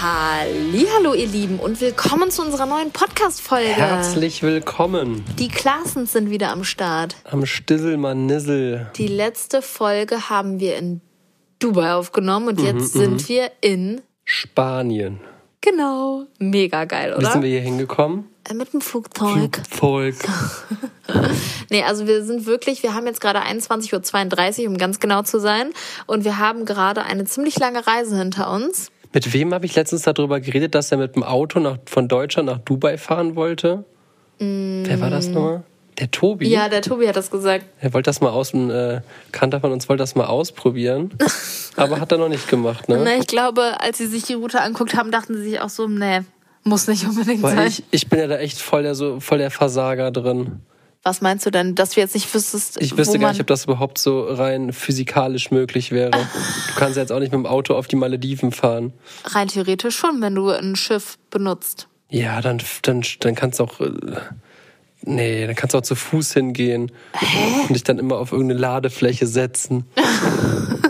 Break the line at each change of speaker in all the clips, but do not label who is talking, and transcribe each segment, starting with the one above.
Hallo, ihr Lieben und willkommen zu unserer neuen Podcast Folge.
Herzlich willkommen
Die Klassen sind wieder am Start.
am Stisselmannissel.
Die letzte Folge haben wir in Dubai aufgenommen und jetzt
Mhm,
sind wir in
Spanien.
genau, mega geil,
Wie
oder?
sind wir hier hingekommen?
Äh, Mit dem Flugzeug.
Volk.
Nee, also wir sind wirklich, wir haben jetzt gerade 21:32 Uhr, um ganz genau zu sein und wir haben gerade eine ziemlich lange Reise hinter uns.
Mit wem habe ich letztens darüber geredet, dass er mit dem Auto nach, von Deutschland nach Dubai fahren wollte? Wer war das nochmal? Der Tobi?
Mm. Ja, der Tobi hat das gesagt.
Er wollte das mal aus, ein äh, Kanter von uns wollte das mal ausprobieren. aber hat er noch nicht gemacht, ne?
Na, ich glaube, als sie sich die Route anguckt haben, dachten sie sich auch so, nee, muss nicht unbedingt
Weil
sein.
ich, ich bin ja da echt voll der, so, voll der Versager drin.
Was meinst du denn, dass du jetzt nicht wüsstest,
Ich
wo
wüsste gar
man...
nicht, ob das überhaupt so rein physikalisch möglich wäre. Du kannst ja jetzt auch nicht mit dem Auto auf die Malediven fahren.
Rein theoretisch schon, wenn du ein Schiff benutzt.
Ja, dann, dann, dann kannst du auch. äh, Nee, dann kannst du auch zu Fuß hingehen und dich dann immer auf irgendeine Ladefläche setzen.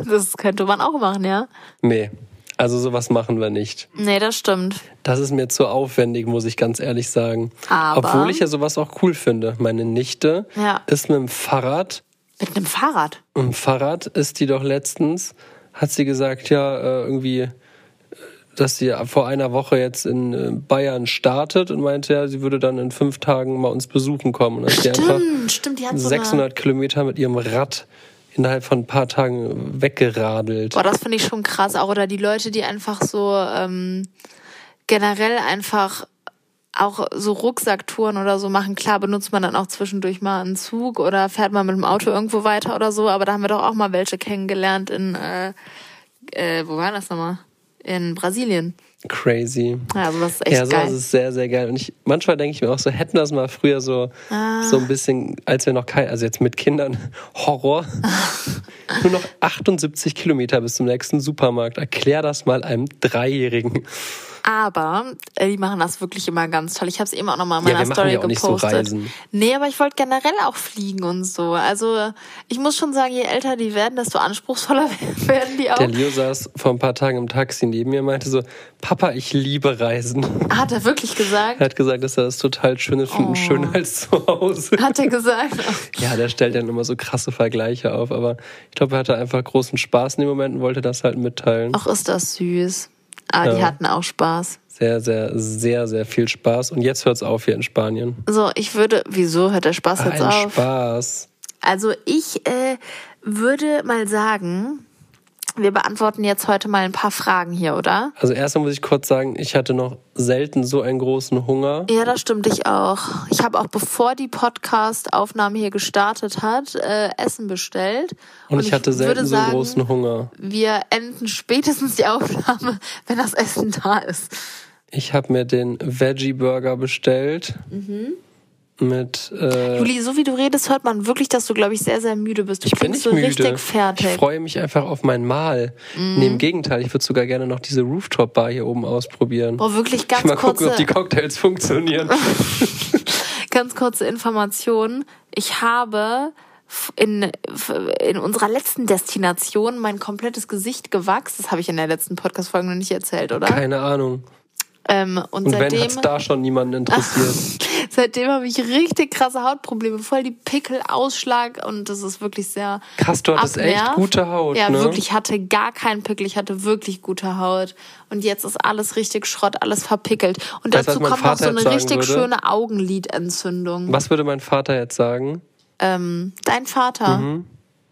Das könnte man auch machen, ja?
Nee, also sowas machen wir nicht.
Nee, das stimmt.
Das ist mir zu aufwendig, muss ich ganz ehrlich sagen.
Aber-
Obwohl ich ja sowas auch cool finde. Meine Nichte
Ja.
ist mit dem Fahrrad
Mit einem Fahrrad.
Im Fahrrad ist die doch letztens, hat sie gesagt, ja, äh, irgendwie, äh, dass sie vor einer Woche jetzt in äh, Bayern startet und meinte, ja, sie würde dann in fünf Tagen mal uns besuchen kommen. Und dann ist sie einfach
Stimmt, stimmt, die hat so eine...
600 Kilometer mit ihrem Rad innerhalb von ein paar Tagen weggeradelt.
Boah, das finde ich schon krass auch. Oder die Leute, die einfach so ähm, generell einfach auch so Rucksacktouren oder so machen. Klar benutzt man dann auch zwischendurch mal einen Zug oder fährt man mit dem Auto irgendwo weiter oder so. Aber da haben wir doch auch mal welche kennengelernt in... Äh, äh, wo war das nochmal? In Brasilien.
Crazy.
Ja, sowas Also, ist echt
Ja, sowas
geil.
ist sehr, sehr geil. Und ich, manchmal denke ich mir auch so, hätten das mal früher so,
Ah.
so ein bisschen, als wir noch kein, also jetzt mit Kindern, Horror. Nur noch 78 Kilometer bis zum nächsten Supermarkt. Erklär das mal einem Dreijährigen.
Aber äh, die machen das wirklich immer ganz toll. Ich habe es eben auch nochmal in
Ja,
meiner
wir machen
Story
ja auch nicht so
gepostet.
Reisen.
Nee, aber ich wollte generell auch fliegen und so. Also ich muss schon sagen, je älter die werden, desto anspruchsvoller werden die auch.
Der Leo saß vor ein paar Tagen im Taxi neben mir und meinte so, Papa, ich liebe Reisen.
Hat er wirklich gesagt?
Er hat gesagt, dass er das total schön findet,
Oh.
schöner als zu Hause.
Hat er gesagt?
Ja, der stellt dann immer so krasse Vergleiche auf, aber ich glaube, er hatte einfach großen Spaß in dem Moment und wollte das halt mitteilen.
Ach, ist das süß. Ah, die
Ja.
hatten auch Spaß.
sehr, sehr, sehr, sehr viel Spaß. Und jetzt hört's auf hier in Spanien.
So, ich würde. Wieso hört der Spaß jetzt
Ein
auf?
Spaß.
Also ich äh, würde mal sagen, wir beantworten jetzt heute mal ein paar Fragen hier, oder?
Also erstmal muss ich kurz sagen, ich hatte noch selten so einen großen Hunger.
Ja, das stimmt, ich auch. Ich habe auch bevor die Podcast-Aufnahme hier gestartet hat, äh, Essen bestellt.
Und ich hatte selten so einen großen Hunger.
Wir enden spätestens die Aufnahme, wenn das Essen da ist.
Ich habe mir den Veggie Burger bestellt.
Mhm.
Mit äh,
Juli, so wie du redest, hört man wirklich, dass du, glaube ich, sehr, sehr müde bist. Du
ich bin
klingst
nicht
so
müde.
richtig
Ich
fertig. Mhm.
freue mich einfach auf mein Mahl. Nee, im Gegenteil, ich würde sogar gerne noch diese Rooftop Bar hier oben ausprobieren.
Oh, wirklich ganz
Mal gucken, ob
kurze,
die Cocktails funktionieren.
ganz kurze Information. Ich habe f- in, f- in unserer letzten Destination mein komplettes Gesicht gewachsen. Das habe ich in der letzten Podcast-Folge noch nicht erzählt, oder?
Keine Ahnung.
Ähm, und,
Und wenn
seitdem
hat's da schon niemanden interessiert.
Seitdem habe ich richtig krasse Hautprobleme, voll die Pickel, Ausschlag und das ist wirklich sehr.
Krass, du hattest echt
abnervt.
gute Haut,
Ja,
ne?
wirklich, ich hatte gar keinen Pickel, ich hatte wirklich gute Haut und jetzt ist alles richtig Schrott, alles verpickelt. Und
Weißt du,
dazu kommt
was mein
noch so
Vater jetzt
eine
sagen
richtig
würde?
schöne Augenlidentzündung.
Was würde mein Vater jetzt sagen?
Ähm, dein Vater?
Mhm.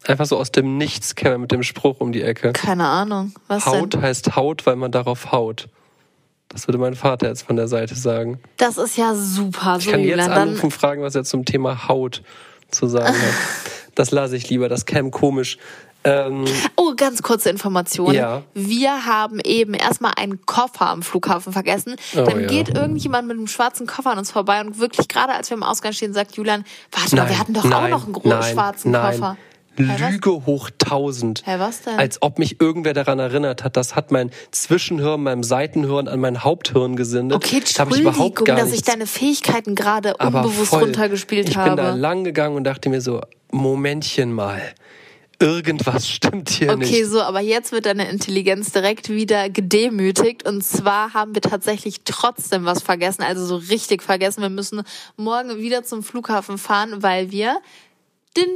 Einfach so aus dem Nichts käme er mit dem Spruch um die Ecke.
Keine Ahnung. Was
Haut
denn?
heißt Haut, weil man darauf haut. Das würde mein Vater jetzt von der Seite sagen.
Das ist ja super,
Ich
so,
kann ihn jetzt
Julian. Dann
anrufen, fragen, was er zum Thema Haut zu sagen hat. Das lasse ich lieber, das käme komisch. Ähm,
Oh, ganz kurze Information.
Ja.
Wir haben eben erstmal einen Koffer am Flughafen vergessen.
Oh,
Dann
ja.
geht irgendjemand mit einem schwarzen Koffer an uns vorbei und wirklich gerade als wir im Ausgang stehen, sagt Julian, warte mal,
nein,
wir hatten doch auch
nein,
noch einen großen
nein,
schwarzen
nein.
Koffer. Hä, was?
Lüge hoch tausend.
Hä, was denn?
Als ob mich irgendwer daran erinnert hat. Das hat mein Zwischenhirn, meinem Seitenhirn an mein Haupthirn gesendet.
Okay,
Da hab ich
Entschuldigung,
überhaupt gar
dass ich
nichts
deine Fähigkeiten gerade unbewusst
voll.
runtergespielt
ich
habe.
bin da lang gegangen und dachte mir so, Momentchen mal. Irgendwas stimmt hier nicht.
Okay, so, aber jetzt wird deine Intelligenz direkt wieder gedemütigt. Und zwar haben wir tatsächlich trotzdem was vergessen, also so richtig vergessen. Wir müssen morgen wieder zum Flughafen fahren, weil wir den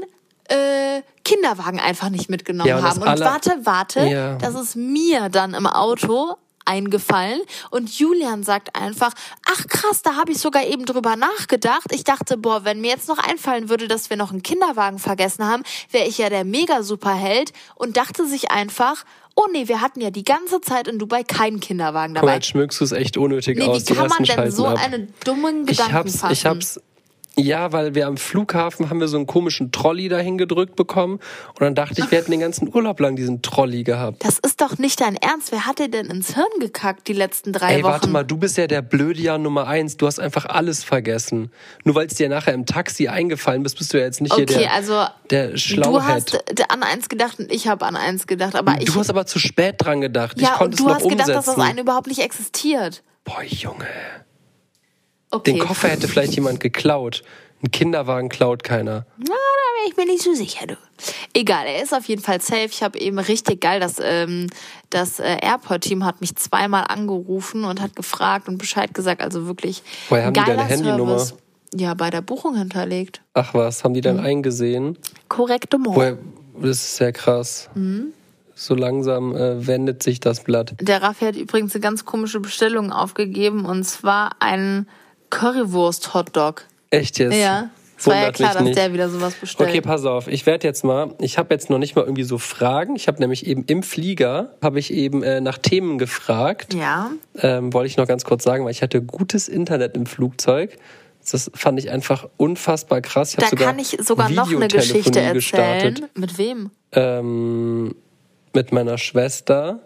äh, Kinderwagen einfach nicht mitgenommen
Ja, und das
haben. Und
aller-
warte, warte,
Ja.
das ist mir dann im Auto eingefallen und Julian sagt einfach, ach krass, da habe ich sogar eben drüber nachgedacht. Ich dachte, boah, wenn mir jetzt noch einfallen würde, dass wir noch einen Kinderwagen vergessen haben, wäre ich ja der Mega-Superheld und dachte sich einfach, oh nee, wir hatten ja die ganze Zeit in Dubai keinen Kinderwagen
Komm,
dabei.
jetzt schmückst du es echt unnötig
Nee,
aus.
wie
Die
kann man
Resten
denn
schalten
so
ab.
einen dummen
Ich
Gedanken
hab's,
fassen?
ich hab's. Ja, weil wir am Flughafen haben wir so einen komischen Trolley dahin gedrückt bekommen und dann dachte ich, wir hätten den ganzen Urlaub lang diesen Trolley gehabt.
Das ist doch nicht dein Ernst. Wer hat dir denn ins Hirn gekackt die letzten drei
Ey,
Wochen?
warte mal, du bist ja der Blödjahr Nummer eins. Du hast einfach alles vergessen. Nur weil es dir nachher im Taxi eingefallen bist, bist du ja jetzt nicht hier
Okay,
der,
also
der
du hast
Schlauheit.
d- an eins gedacht und ich habe an eins gedacht, aber ich
Du hast aber zu spät dran gedacht.
ja
ich
und
konnte
du
es noch
hast
umsetzen.
gedacht, dass das eine überhaupt nicht existiert.
Boah, Junge.
Okay,
Den Koffer hätte vielleicht jemand geklaut. Ein Kinderwagen klaut keiner.
Na, da wäre ich mir nicht so sicher. Du. Egal, er ist auf jeden Fall safe. Ich habe eben richtig geil, das ähm, das äh, Airport-Team hat mich zweimal angerufen und hat gefragt und Bescheid gesagt. Also wirklich
Woher haben die
geiler
deine Handynummer?
Service. Ja, bei der Buchung hinterlegt.
Ach was, haben die dann
Hm.
eingesehen?
Korrekte Mord.
Woher, das ist ja krass. So langsam äh, wendet sich das Blatt.
Der Raffi hat übrigens eine ganz komische Bestellung aufgegeben und zwar einen Currywurst-Hotdog.
Echt jetzt?
Ja. Es war ja
Wundert
klar,
mich
dass
nicht.
der wieder sowas bestellt.
Okay, pass auf. Ich werde jetzt mal, ich habe jetzt noch nicht mal irgendwie so Fragen. Ich habe nämlich eben im Flieger, habe ich eben äh, nach Themen gefragt.
ja.
Ähm, wollte ich noch ganz kurz sagen, weil ich hatte gutes Internet im Flugzeug. Das fand ich einfach unfassbar krass. Ich hab
Da
sogar
kann ich sogar noch eine
Videotelefonie
Geschichte erzählen.
gestartet.
Mit wem?
Ähm, mit meiner Schwester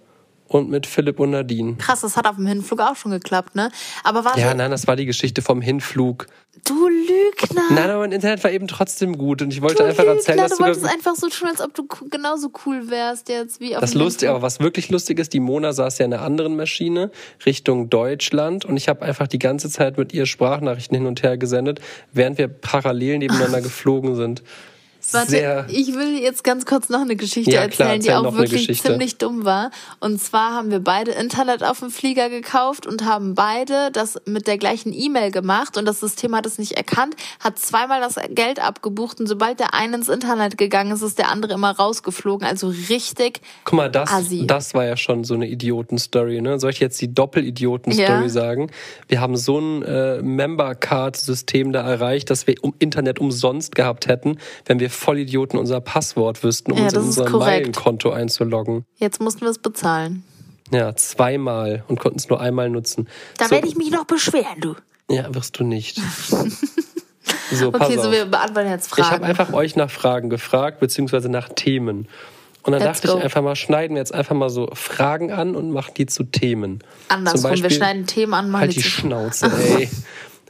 und mit Philipp und Nadine.
Krass, das hat auf dem Hinflug auch schon geklappt, ne? Aber warte,
Ja, nein, das war die Geschichte vom Hinflug.
du Lügner!
Nein, aber mein Internet war eben trotzdem gut und ich wollte
du
einfach
Lügner,
erzählen, dass
du wolltest
du.
einfach so tun, als ob du co- genauso cool wärst jetzt wie auf
Das
dem
lustig,
Hinflug.
aber was wirklich lustig ist, die Mona saß ja in einer anderen Maschine Richtung Deutschland und ich habe einfach die ganze Zeit mit ihr Sprachnachrichten hin und her gesendet, während wir parallel nebeneinander geflogen sind.
Warte,
Sehr.
ich will jetzt ganz kurz noch eine Geschichte
Ja, klar,
erzählen, die
erzähl noch
auch
eine
wirklich
Geschichte.
ziemlich dumm war. Und zwar haben wir beide Internet auf dem Flieger gekauft und haben beide das mit der gleichen E-Mail gemacht und das System hat es nicht erkannt, hat zweimal das Geld abgebucht und sobald der eine ins Internet gegangen ist, ist der andere immer rausgeflogen. Also richtig.
Guck mal, das,
Assi.
das war ja schon so eine Idioten-Story. Ne? Soll ich jetzt die Doppel-Idioten-Story
Ja.
sagen? Wir haben so ein äh, Member-Card-System da erreicht, dass wir um Internet umsonst gehabt hätten, wenn wir Vollidioten unser Passwort wüssten, um
Ja,
uns in
das ist
unser
korrekt.
Meilenkonto einzuloggen.
Jetzt mussten wir es bezahlen.
Ja, zweimal und konnten es nur einmal nutzen.
Da
so,
werde ich mich noch beschweren, du.
ja, wirst du nicht. so, pass
Okay,
auf.
so wir beantworten jetzt
Ich habe
Fragen.
einfach euch nach Fragen gefragt, beziehungsweise nach Themen. Und dann
Let's
dachte
go.
ich einfach mal, schneiden wir jetzt einfach mal so Fragen an und machen die zu Themen. Zum
Andersrum,
Beispiel,
wir schneiden Themen an, machen
Halt
die
die
zu-
Schnauze, ey.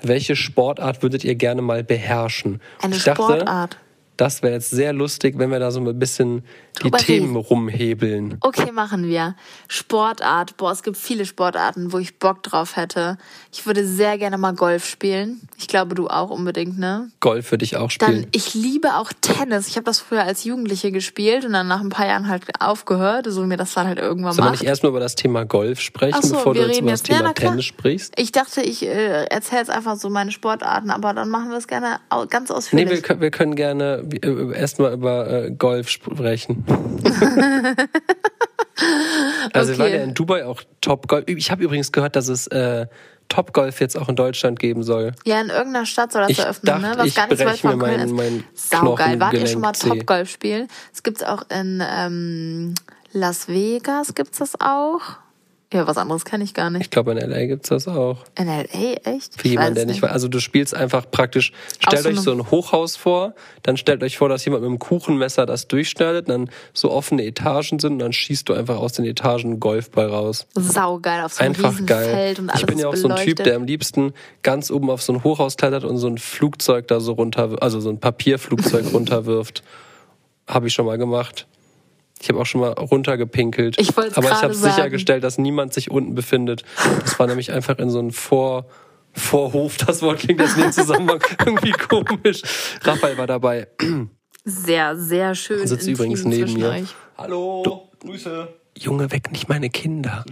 Welche Sportart würdet ihr gerne mal beherrschen?
Eine
ich dachte,
Sportart.
Das wäre jetzt sehr lustig, wenn wir da so ein bisschen die
Drüber
Themen rumhebeln.
Okay, machen wir. Sportart. Boah, es gibt viele Sportarten, wo ich Bock drauf hätte. Ich würde sehr gerne mal Golf spielen. Ich glaube, du auch unbedingt, ne?
Golf würde ich auch
Dann,
spielen.
ich liebe auch Tennis. Ich habe das früher als Jugendliche gespielt und dann nach ein paar Jahren halt aufgehört, so wie mir das dann halt irgendwann
Sollen wir nicht
macht.
erstmal über das Thema Golf sprechen,
Ach so,
bevor du
wir
jetzt
reden
über das
jetzt- Ja,
Thema
na klar.
Tennis sprichst?
Ich dachte, ich äh, erzähle jetzt einfach so meine Sportarten, aber dann machen wir es gerne au ganz
Nee,
ausführlich.
wir, können- wir können gerne äh, erstmal über äh, Golf sprechen. also wir
Okay.
waren ja in Dubai auch Top Golf. Ich habe übrigens gehört, dass es äh, Top Golf jetzt auch in Deutschland geben soll.
ja, in irgendeiner Stadt soll das
Ich
eröffnen,
dachte,
ne? Was
ich
gar nicht so weit
breche
von
mir
Köln
mein-
ist.
mein
Saugeil. Wart ihr schon mal
Knochengelenk-Zeh?
Topgolf spielen? Das gibt's auch in ähm, Las Vegas gibt's das auch. Ja, was anderes kenne ich gar
Ich
nicht.
glaube, in LA gibt's das auch.
In LA, echt?
Für
Ich weiß
jemanden, der nicht weiß. Also du spielst einfach praktisch, stellt
so
euch
einem-
so ein Hochhaus vor, dann stellt euch vor, dass jemand mit einem Kuchenmesser das durchschneidet, dann so offene Etagen sind und dann schießt du einfach aus den Etagen einen Golfball raus.
Saugeil auf so einem
Einfach
riesen
geil.
Feld und alles
ich bin ja auch
ist
so ein Typ,
beleuchtet.
der am liebsten ganz oben auf so ein Hochhaus klettert und so ein Flugzeug da so runter, also so ein Papierflugzeug runterwirft. Habe ich schon mal gemacht. Ich habe auch schon mal runtergepinkelt.
Ich wollt's
Aber ich
gerade
habe
sagen.
sichergestellt, dass niemand sich unten befindet. Das war nämlich einfach in so einem Vor Vorhof. Das Wort klingt jetzt in dem Zusammenhang irgendwie komisch. Raphael war dabei.
Sehr, sehr schön.
Sitzt
intim
übrigens neben
zwischen
mir.
euch.
Hallo, Grüße.
Junge, weck nicht meine Kinder.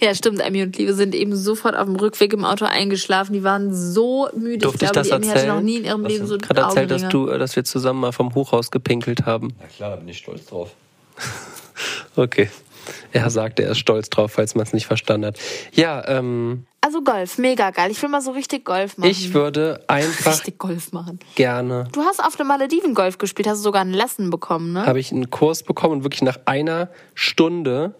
Ja, stimmt. Emmy und Liebe sind eben sofort auf dem Rückweg im Auto eingeschlafen. Die waren so müde.
Durfte ich
ich glaube,
das
die Emmy hatte noch
erzählen?
nie in ihrem Leben so
Gerade erzählt, dass
Augenringe.
du, äh, dass wir zusammen mal vom Hochhaus gepinkelt haben.
Na klar, da bin ich stolz drauf.
Okay. Er sagte, er ist stolz drauf, falls man es nicht verstanden hat. Ja, ähm,
Also Golf, mega geil. Ich will mal so richtig Golf machen.
ich würde einfach
Mhm. richtig Golf machen.
gerne
Du hast auf den Malediven Golf gespielt, hast sogar einen Lesson bekommen, ne?
habe ich einen Kurs bekommen und wirklich nach einer Stunde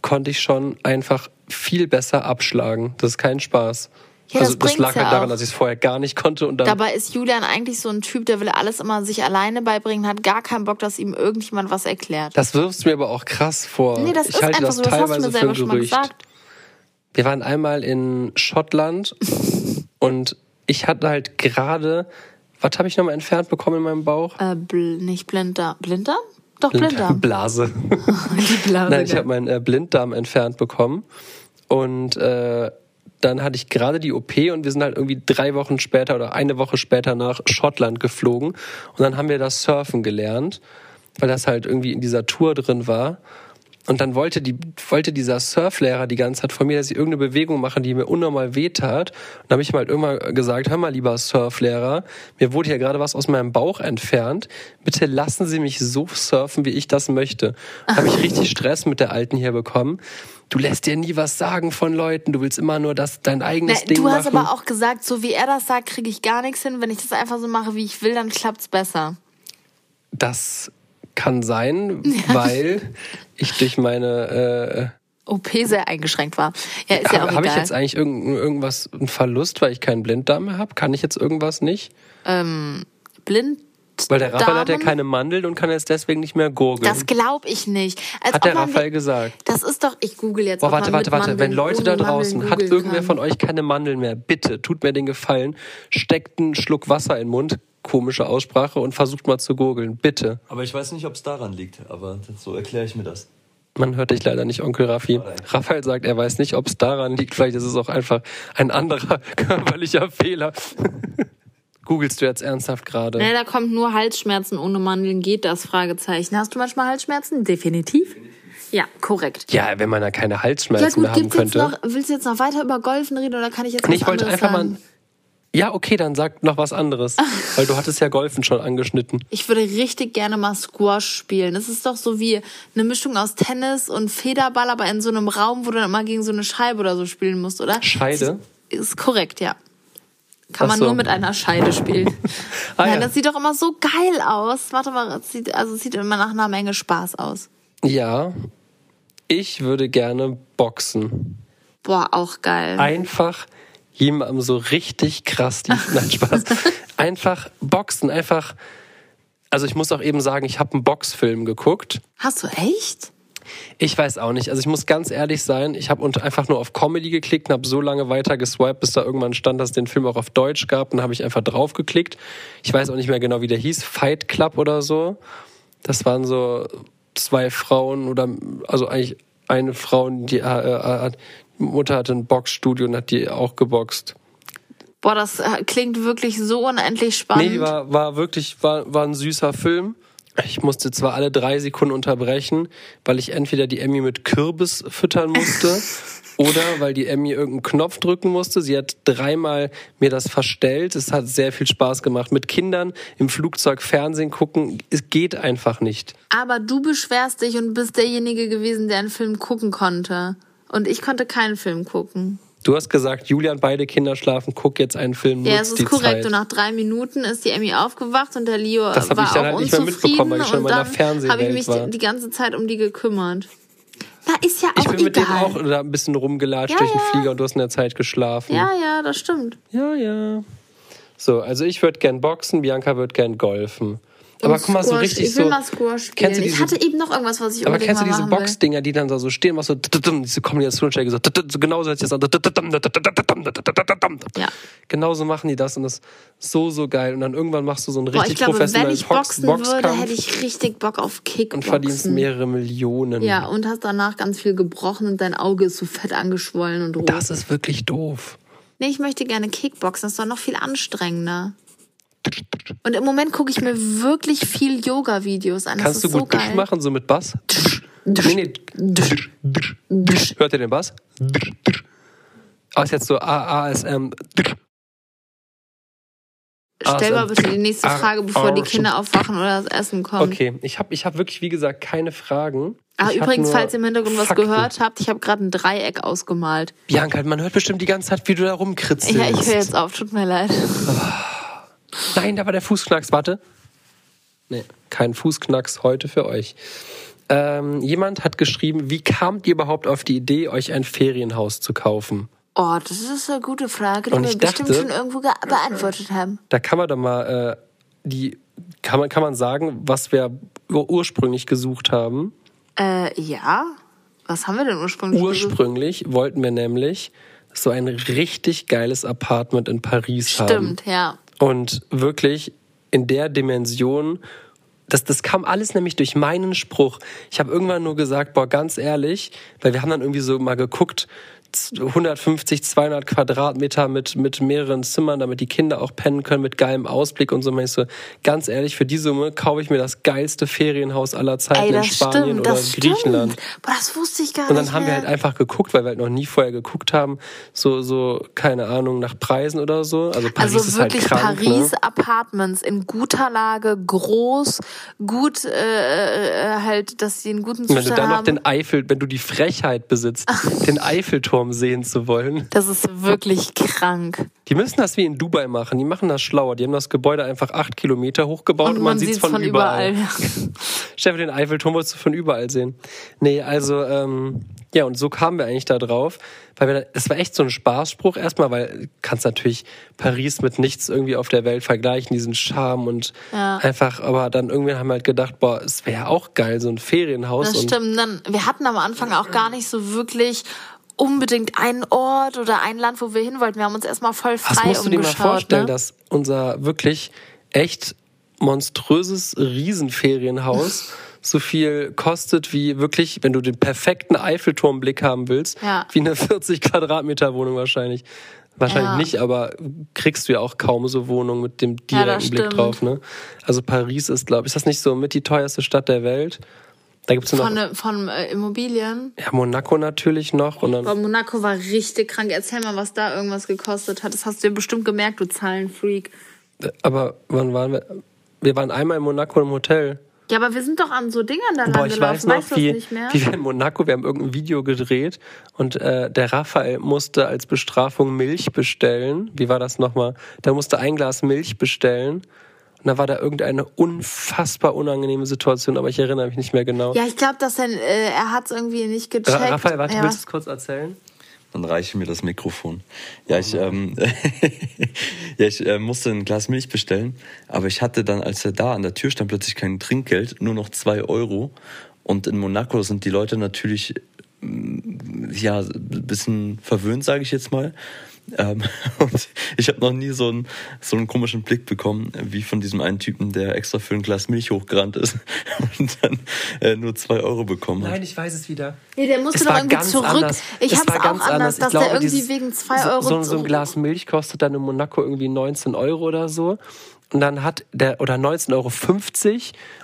konnte ich schon einfach viel besser abschlagen. Das ist kein Spaß.
Ja, das
also das
bringt's
lag
ja
halt daran,
auch.
dass ich es vorher gar nicht konnte und dann
Dabei ist Julian eigentlich so ein Typ, der will alles immer sich alleine beibringen, hat gar keinen Bock, dass ihm irgendjemand was erklärt.
das wirfst du mir aber auch krass vor.
nee, das
ich
ist
halte
einfach
das
so, das
teilweise
hast du mir
für
selber
ein
schon mal
Gerücht.
gesagt.
Wir waren einmal in Schottland und ich hatte halt gerade was habe ich nochmal entfernt bekommen in meinem Bauch?
Äh, bl nicht Blinder. Blinder? Doch, Blinder.
Blase.
Die Blase,
Nein, ich
gell.
habe meinen äh, Blinddarm entfernt bekommen. Und äh, dann hatte ich gerade die OP und wir sind halt irgendwie drei Wochen später oder eine Woche später nach Schottland geflogen. Und dann haben wir das Surfen gelernt, weil das halt irgendwie in dieser Tour drin war. Und dann wollte, die, wollte dieser Surflehrer die ganze Zeit von mir, dass ich irgendeine Bewegung mache, die mir unnormal wehtat. Und dann habe ich ihm halt irgendwann gesagt, hör mal, lieber Surflehrer, mir wurde hier gerade was aus meinem Bauch entfernt. Bitte lassen Sie mich so surfen, wie ich das möchte. Da habe ich richtig Stress mit der Alten hier bekommen. Du lässt dir nie was sagen von Leuten. Du willst immer nur das, dein eigenes
Na,
Ding
du hast
machen.
aber auch gesagt, so wie er das sagt, kriege ich gar nichts hin. Wenn ich das einfach so mache, wie ich will, dann klappt's besser.
das kann sein, weil ich durch meine... Äh,
OP sehr eingeschränkt war. Ja, ist ja auch
Habe hab
egal.
ich jetzt eigentlich irgend, irgendwas, einen Verlust, weil ich keinen Blinddarm mehr habe? Kann ich jetzt irgendwas nicht?
Blind.
Weil der Raphael hat ja
Damen?
keine Mandeln und kann jetzt deswegen nicht mehr gurgeln.
Das glaube ich nicht. Als
hat der
ob man-
Raphael gesagt.
Das ist doch, ich google jetzt.
Boah,
ob
warte,
man
warte,
mit
warte. Wenn
Mandeln
Leute da
ohne Mandeln
draußen, hat
googeln
irgendwer
kann.
von euch keine Mandeln mehr, bitte tut mir den Gefallen, steckt einen Schluck Wasser in den Mund, komische Aussprache, und versucht mal zu gurgeln, bitte.
Aber ich weiß nicht, ob es daran liegt, aber so erkläre ich mir das.
Man hört dich leider nicht, Onkel Raffi. Raphael sagt, er weiß nicht, ob es daran liegt. Vielleicht ist es auch einfach ein anderer körperlicher Fehler. Googlest du jetzt ernsthaft gerade?
Nee, da kommt nur Halsschmerzen ohne Mandeln, geht das? Fragezeichen. Hast du manchmal Halsschmerzen? Definitiv. Ja, korrekt.
Ja, wenn man da keine
Ja
Halsschmerzen
gut,
haben
gibt's jetzt
könnte.
noch, willst du jetzt noch weiter über Golfen reden oder kann ich jetzt
Nee,
was
ich wollte
anderes Ah.
einfach mal.
sagen?
Ja, okay, dann sag noch was anderes. weil du hattest ja Golfen schon angeschnitten.
Ich würde richtig gerne mal Squash spielen. Das ist doch so wie eine Mischung aus Tennis und Federball, aber in so einem Raum, wo du dann immer gegen so eine Scheibe oder so spielen musst, oder?
Scheide?
Ist, ist korrekt, ja. Kann
Ach
man
so.
nur mit einer Scheide spielen.
Ah,
Nein,
ja.
das sieht doch immer so geil aus. Warte mal, es sieht, also es sieht immer nach einer Menge Spaß aus.
Ja, ich würde gerne boxen.
Boah, auch geil.
Einfach jemandem so richtig krass die. Nein, Spaß. Einfach boxen, einfach. Also ich muss auch eben sagen, ich habe einen Boxfilm geguckt.
Hast du echt?
Ich weiß auch nicht. Also ich muss ganz ehrlich sein, ich habe unter- einfach nur auf Comedy geklickt und habe so lange weiter geswiped, bis da irgendwann stand, dass es den Film auch auf Deutsch gab. Dann habe ich einfach drauf geklickt. Ich weiß auch nicht mehr genau, wie der hieß. Fight Club oder so. Das waren so zwei Frauen oder also eigentlich eine Frau, die äh, äh, äh, Mutter hatte ein Boxstudio und hat die auch geboxt.
Boah, das äh, klingt wirklich so unendlich spannend.
Nee, war, war wirklich, war, war ein süßer Film. Ich musste zwar alle drei Sekunden unterbrechen, weil ich entweder die Emmy mit Kürbis füttern musste oder weil die Emmy irgendeinen Knopf drücken musste. Sie hat dreimal mir das verstellt. Es hat sehr viel Spaß gemacht. Mit Kindern im Flugzeug Fernsehen gucken, es geht einfach nicht.
Aber du beschwerst dich und bist derjenige gewesen, der einen Film gucken konnte. Und ich konnte keinen Film gucken.
Du hast gesagt, Julian, beide Kinder schlafen, guck jetzt einen Film, nutz
Ja, es ist
die
korrekt.
Zeit.
Und nach drei Minuten ist die Emmy aufgewacht und der Leo
Das hab
war
ich dann
auch
halt nicht mehr
unzufrieden.
mitbekommen, weil ich schon in
und
meiner
dann habe ich
Fernsehwelt
mich
war.
die, die ganze Zeit um die gekümmert. Na, ist ja auch
ich bin
egal.
mit dem auch da ein bisschen rumgelatscht
Ja,
durch den
ja.
Flieger und du hast in der Zeit geschlafen.
ja, ja, das stimmt.
Ja, ja. So, also ich würde gern boxen, Bianca würde gern golfen. Aber
Und
guck mal, so
Squash.
richtig
Ich will
so.
mal Squash spielen.
Kennst du diese,
ich hatte eben noch irgendwas, was ich
aber
unbedingt
kennst du
mal
diese
machen will.
Boxdinger, die dann da so stehen, was so diese Kombinationsschläge so so genauso hört sich das an.
Ja.
Genauso machen die das und das ist so so geil und dann irgendwann machst du so einen
Boah, ich
richtig
glaube, wenn
professionellen
ich
Box
boxen würde, hätte
Boxkampf
ich richtig Bock auf Kickboxen.
und verdienst mehrere Millionen.
Ja, und hast danach ganz viel gebrochen und dein Auge ist so fett angeschwollen und rot.
Das ist wirklich doof.
Nee, ich möchte gerne Kickboxen. Das ist doch noch viel anstrengender. Und im Moment gucke ich mir wirklich viel Yoga-Videos an.
Kannst
das
du
ist
gut
so geil.
Dusch machen, so mit Bass? Nee, nee. Dusch, dusch, dusch. Hört ihr den Bass? Dusch, dusch. Ah, ist jetzt so A- ASM. Dusch.
Stell mal
Also,
bitte die nächste
ah,
Frage, bevor
ah,
die Kinder aufwachen oder das Essen kommt.
Okay, ich habe ich hab wirklich, wie gesagt, keine Fragen.
Ah,
Ich hab
übrigens,
nur
falls ihr im Hintergrund was
Fakten.
gehört habt, ich habe gerade ein Dreieck ausgemalt.
Bianca, man hört bestimmt die ganze Zeit, wie du da rumkritzelst.
Ja, ich höre jetzt auf, tut mir leid.
Nein, da war der Fußknacks, warte. Nee, kein Fußknacks heute für euch. Ähm, jemand hat geschrieben, wie kamt ihr überhaupt auf die Idee, euch ein Ferienhaus zu kaufen?
Oh, das ist eine gute Frage, die
Und
wir
ich
bestimmt
dachte-
schon irgendwo ge- beantwortet haben.
Da kann man doch mal äh, die kann man, kann man sagen, was wir ur- ursprünglich gesucht haben.
Äh, ja? Was haben wir denn ursprünglich? gesucht?
Ursprünglich wollten wir nämlich so ein richtig geiles Apartment in Paris haben.
Stimmt, ja.
Und wirklich in der Dimension, das, das kam alles nämlich durch meinen Spruch. Ich habe irgendwann nur gesagt, boah, ganz ehrlich, weil wir haben dann irgendwie so mal geguckt, z- 150, 200 Quadratmeter mit, mit mehreren Zimmern, damit die Kinder auch pennen können, mit geilem Ausblick und so. Und ich so, ganz ehrlich, für die Summe kaufe ich mir das geilste Ferienhaus aller Zeiten
Ey,
halt in
das
Spanien
stimmt,
oder
das
Griechenland.
stimmt. Boah, das wusste ich gar
Und dann
nicht
haben wir
mehr.
halt einfach geguckt, weil wir halt noch nie vorher geguckt haben, so, so, keine Ahnung, nach Preisen oder so. Also Paris
also
ist halt
wirklich
krank. ne?
Paris Apartments in guter Lage, groß, gut äh, äh, halt, dass sie einen guten
Wenn du
Zustand
dann noch
haben.
den Eiffel, wenn du die Frechheit besitzt, den Eiffelturm sehen zu wollen.
das ist wirklich krank.
Die müssen das wie in Dubai machen. Die machen das schlauer. Die haben das Gebäude einfach acht Kilometer hochgebaut und, man, sieht's
sieht's
von, überall. Stefan, den Eiffelturm wolltest du von überall sehen. Nee, also, ähm, ja, und so kamen wir eigentlich da drauf. Weil wir, da- es war echt so ein Spaßspruch erstmal, weil du kannst natürlich Paris mit nichts irgendwie auf der Welt vergleichen, diesen Charme und
Ja.
einfach, aber dann irgendwann haben wir halt gedacht, boah, es wäre auch geil, so ein Ferienhaus.
Das
und
stimmt. Dann, wir hatten am Anfang auch gar nicht so wirklich unbedingt einen Ort oder ein Land, wo wir hin wollten. Wir haben uns erstmal voll frei
Was musst du dir mal
umgeschaut.
vorstellen,
ne?
dass unser wirklich echt monströses Riesenferienhaus so viel kostet wie wirklich, wenn du den perfekten Eiffelturmblick haben willst,
Ja.
wie eine 40 Quadratmeter Wohnung wahrscheinlich. Wahrscheinlich
Ja.
nicht, aber kriegst du ja auch kaum so Wohnungen mit dem
Ja,
direkten
das
Blick
stimmt.
drauf. Ne? Also Paris ist, glaube ich, ist das nicht so mit die teuerste Stadt der Welt? Da gibt's nur
von,
noch
äh, von äh, Immobilien.
ja, Monaco natürlich noch und dann
Aber Monaco war richtig krank. Erzähl mal, was da irgendwas gekostet hat. Das hast du dir bestimmt gemerkt, du Zahlenfreak.
aber wann waren wir? Wir waren einmal in Monaco im Hotel.
Ja, aber wir sind doch an so Dingern da
Boah,
lang
ich
gelaufen.
weiß noch,
weißt du das
wie,
nicht mehr?
wie wir in Monaco, wir haben irgendein Video gedreht und äh, der Raphael musste als Bestrafung Milch bestellen. Wie war das nochmal? Der musste ein Glas Milch bestellen. Und da war da irgendeine unfassbar unangenehme Situation, aber ich erinnere mich nicht mehr genau.
ja, ich glaube, dass er, äh, er hat es irgendwie nicht
Ra-
gecheckt.
Raphael, warte,
ja.
willst du es kurz erzählen?
Dann reiche mir das Mikrofon. Ja, ich, ähm, ja, ich äh, musste ein Glas Milch bestellen, aber ich hatte dann, als er da an der Tür stand, plötzlich kein Trinkgeld, nur noch zwei Euro. Und in Monaco sind die Leute natürlich mm, ja ein bisschen verwöhnt, sage ich jetzt mal. Ähm, und ich habe noch nie so einen, so einen komischen Blick bekommen, wie von diesem einen Typen, der extra für ein Glas Milch hochgerannt ist und dann äh, nur zwei Euro bekommen hat.
Nein, ich weiß es wieder.
Nee, der musste
Es
doch
war
irgendwie
ganz
zurück.
Anders.
Ich
Es
hab's
war
auch
ganz
anders,
Ich
dass der irgendwie
dieses-
wegen zwei
so-
Euro
So, so ein
zurück-
Glas Milch kostet dann in Monaco irgendwie 19 Euro oder so. Und dann hat der, oder 19,50 Euro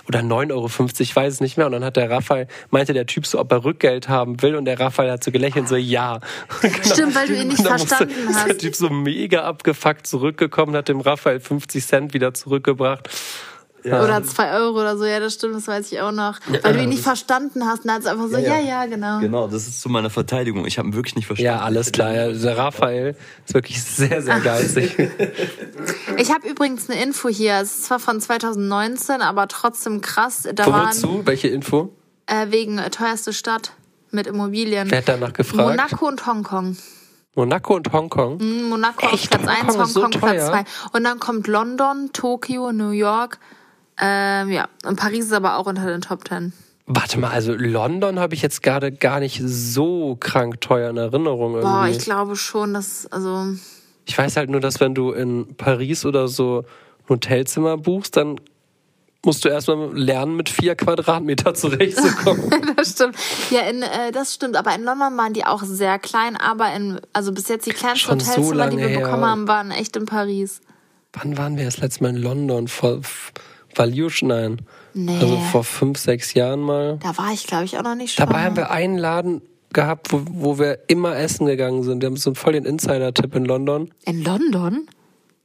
oder 9,50 Euro, ich weiß es nicht mehr. Und dann hat der Raphael, meinte der Typ so, ob er Rückgeld haben will. Und der Raphael hat so gelächelt, so ja. Genau.
Stimmt, weil du ihn nicht
Und dann musste-
verstanden
ist Der
hast.
Typ so mega abgefuckt zurückgekommen, hat dem Raphael 50 Cent wieder zurückgebracht.
Oder zwei Euro oder so, ja, das stimmt, das weiß ich auch noch. Weil du ihn nicht verstanden hast und dann hat es einfach so, ja,
ja.
ja, genau.
Genau, das ist zu meiner Verteidigung. Ich habe ihn wirklich nicht verstanden.
Ja, alles klar. Ja, Der Raphael ist wirklich sehr, sehr geizig.
Ich habe übrigens eine Info hier. Es ist zwar von 2019, aber trotzdem krass. Da waren
Wozu? Welche Info?
äh, wegen äh, teuerste Stadt mit Immobilien.
Wer hat danach gefragt?
Monaco und Hongkong.
Monaco und Hongkong.
Mhm, Monaco auf
Echt?
Platz 1,
Hongkong
Hongkong
ist so
Platz
teuer?
2. Und dann kommt London, Tokio, New York. Ähm, ja, und Paris ist aber auch unter den Top 10.
Warte mal, also London habe ich jetzt gerade gar nicht so krank teuer in Erinnerung irgendwie.
Boah, ich
ich,
glaube schon, dass, also,
weiß halt nur, dass wenn du in Paris oder so ein Hotelzimmer buchst, dann musst du erstmal lernen, mit vier Quadratmeter zurechtzukommen.
das stimmt. Ja, in, äh, das stimmt. Aber in London waren die auch sehr klein. Aber in, also bis jetzt die kleinsten
Schon so
Hotelzimmer, die
lange
wir
her.
bekommen haben, waren echt in Paris.
wann waren wir das letzte Mal in London? Vor Valush? Nein.
Nee.
Also vor fünf, sechs Jahren mal.
Da war ich, glaube ich, auch noch nicht
Dabei
schwanger.
haben wir einen Laden gehabt, wo, wo wir immer essen gegangen sind. Wir haben so einen voll den Insider-Tipp in London.
In London?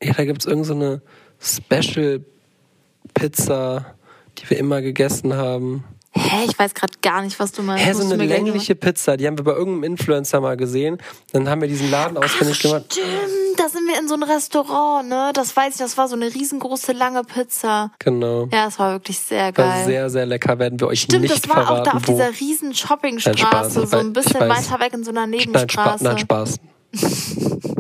Ja, da gibt es irgendeine so eine Special-Pizza, die wir immer gegessen haben.
Hä, ich weiß gerade gar nicht, was du meinst.
Hä, so
Musst du
eine
mir gleich
längliche Pizza, die haben wir bei irgendeinem Influencer mal gesehen. Dann haben wir diesen Laden ausfindig
nochmal-
gemacht.
Stimmt, da sind wir in so ein Restaurant, ne? Das weiß ich, das war so eine riesengroße, lange Pizza.
Genau.
Ja, das war wirklich sehr
War
geil.
sehr, sehr lecker. Werden wir euch
Stimmt,
nicht
das war
verraten,
auch da auf
wo.
dieser riesen
Nein, Spaß,
Shoppingstraße,
ich
so
weiß-
ein bisschen
ich weiß.
weiter weg in so einer
Nein, Spaß.
Nebenstraße.
Nein, Spaß.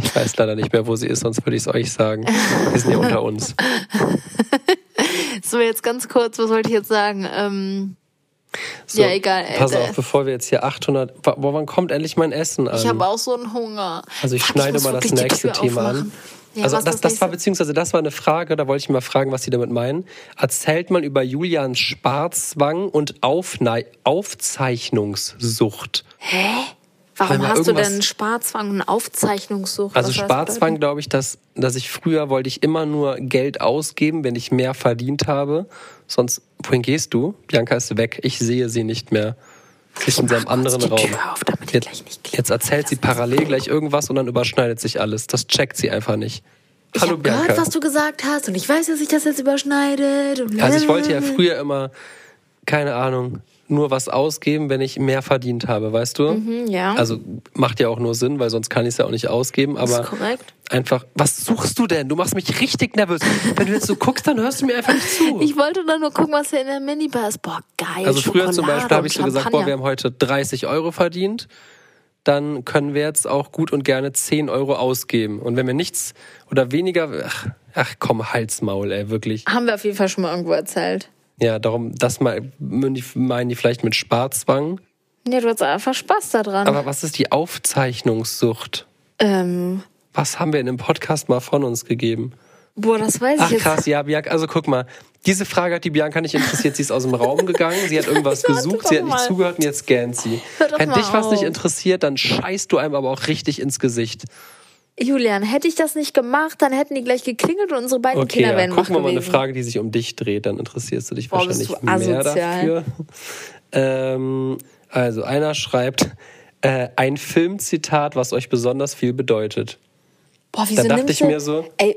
Ich weiß leider nicht mehr, wo sie ist, sonst würde ich es euch sagen. Wir sind ja unter uns.
So, jetzt ganz kurz, was wollte ich jetzt sagen? Ähm,
So,
Ja, egal, ey,
Pass
da-
auf, bevor wir jetzt hier 800... Wa- Wo, wann kommt endlich mein Essen an?
ich habe auch so einen Hunger.
ähm, also ich
Fuck,
schneide
muss
mal das
wirklich die
nächste
Tür
Thema an.
aufmachen. Ja,
also
was
das,
das
das war
nächste-
beziehungsweise das war eine Frage, da wollte ich mal fragen, was Sie damit meinen. Erzählt man über Julians Sparzwang und Aufnei Aufzeichnungssucht.
Hä?
Weil
Warum
man
hast du denn
irgendwas-
einen Sparzwang und eine Aufzeichnungssucht?
Also
Was soll das
Sparzwang,
bedeuten?
glaube ich, dass, dass ich früher wollte ich immer nur Geld ausgeben, wenn ich mehr verdient habe. Sonst, wohin gehst du? Bianca ist weg, ich sehe sie nicht mehr. Sie ist in seinem anderen
die
Raum.
Tür auf, damit ich gleich
jetzt,
nicht klingel.
jetzt erzählt sie parallel gleich irgendwas und dann überschneidet sich alles. Das checkt sie einfach nicht.
Ich
Hallo
habe gehört,
Bianca.
was du gesagt hast und ich weiß, dass sich das jetzt überschneidet. Und
Also ich wollte ja
Äh.
früher immer, keine Ahnung, nur was ausgeben, wenn ich mehr verdient habe, weißt du?
Mhm, ja.
Also macht ja auch nur Sinn, weil sonst kann ich es ja auch nicht ausgeben. Aber
ist korrekt.
einfach, was suchst du denn? Du machst mich richtig nervös. Wenn du jetzt so guckst, dann hörst du mir einfach nicht zu.
Ich wollte eh dann nur gucken, was hier in der Minibar ist. Boah, geil.
also früher zum
Schokolade
Beispiel habe
und
ich so gesagt, boah, wir
Champagner.
haben heute 30 Euro verdient. Dann können wir jetzt auch gut und gerne 10 Euro ausgeben. Und wenn wir nichts oder weniger, ach, ach komm, Halsmaul, ey, wirklich.
haben wir auf jeden Fall schon mal irgendwo erzählt.
Ja, darum, das mal, meinen die vielleicht mit Sparzwang.
Ja, du hast einfach Spaß daran.
Aber was ist die Aufzeichnungssucht?
ähm,
Was haben wir in dem Podcast mal von uns gegeben?
boah, das weiß
Ach
ich jetzt.
krass, ja, Bianca, also guck mal, diese Frage hat die Bianca nicht interessiert, sie ist aus dem Raum gegangen, sie hat irgendwas
Hör doch
gesucht, sie hat nicht
mal.
zugehört und jetzt gähnt sie.
Hör doch
Wenn
mal
dich was nicht
auf.
interessiert, dann scheißt du einem aber auch richtig ins Gesicht.
Julian, hätte ich das nicht gemacht, dann hätten die gleich geklingelt und unsere beiden
Okay,
Kinder
ja,
wären wach
gucken wir mal eine
gewesen.
Frage, die sich um dich dreht, dann interessierst du dich
Boah, bist
wahrscheinlich
du
mehr dafür.
asozial.
Ähm, also einer schreibt, äh, ein Filmzitat, was euch besonders viel bedeutet.
Boah, wieso
Da dachte
nimmst
ich
du,
mir so-
Ey,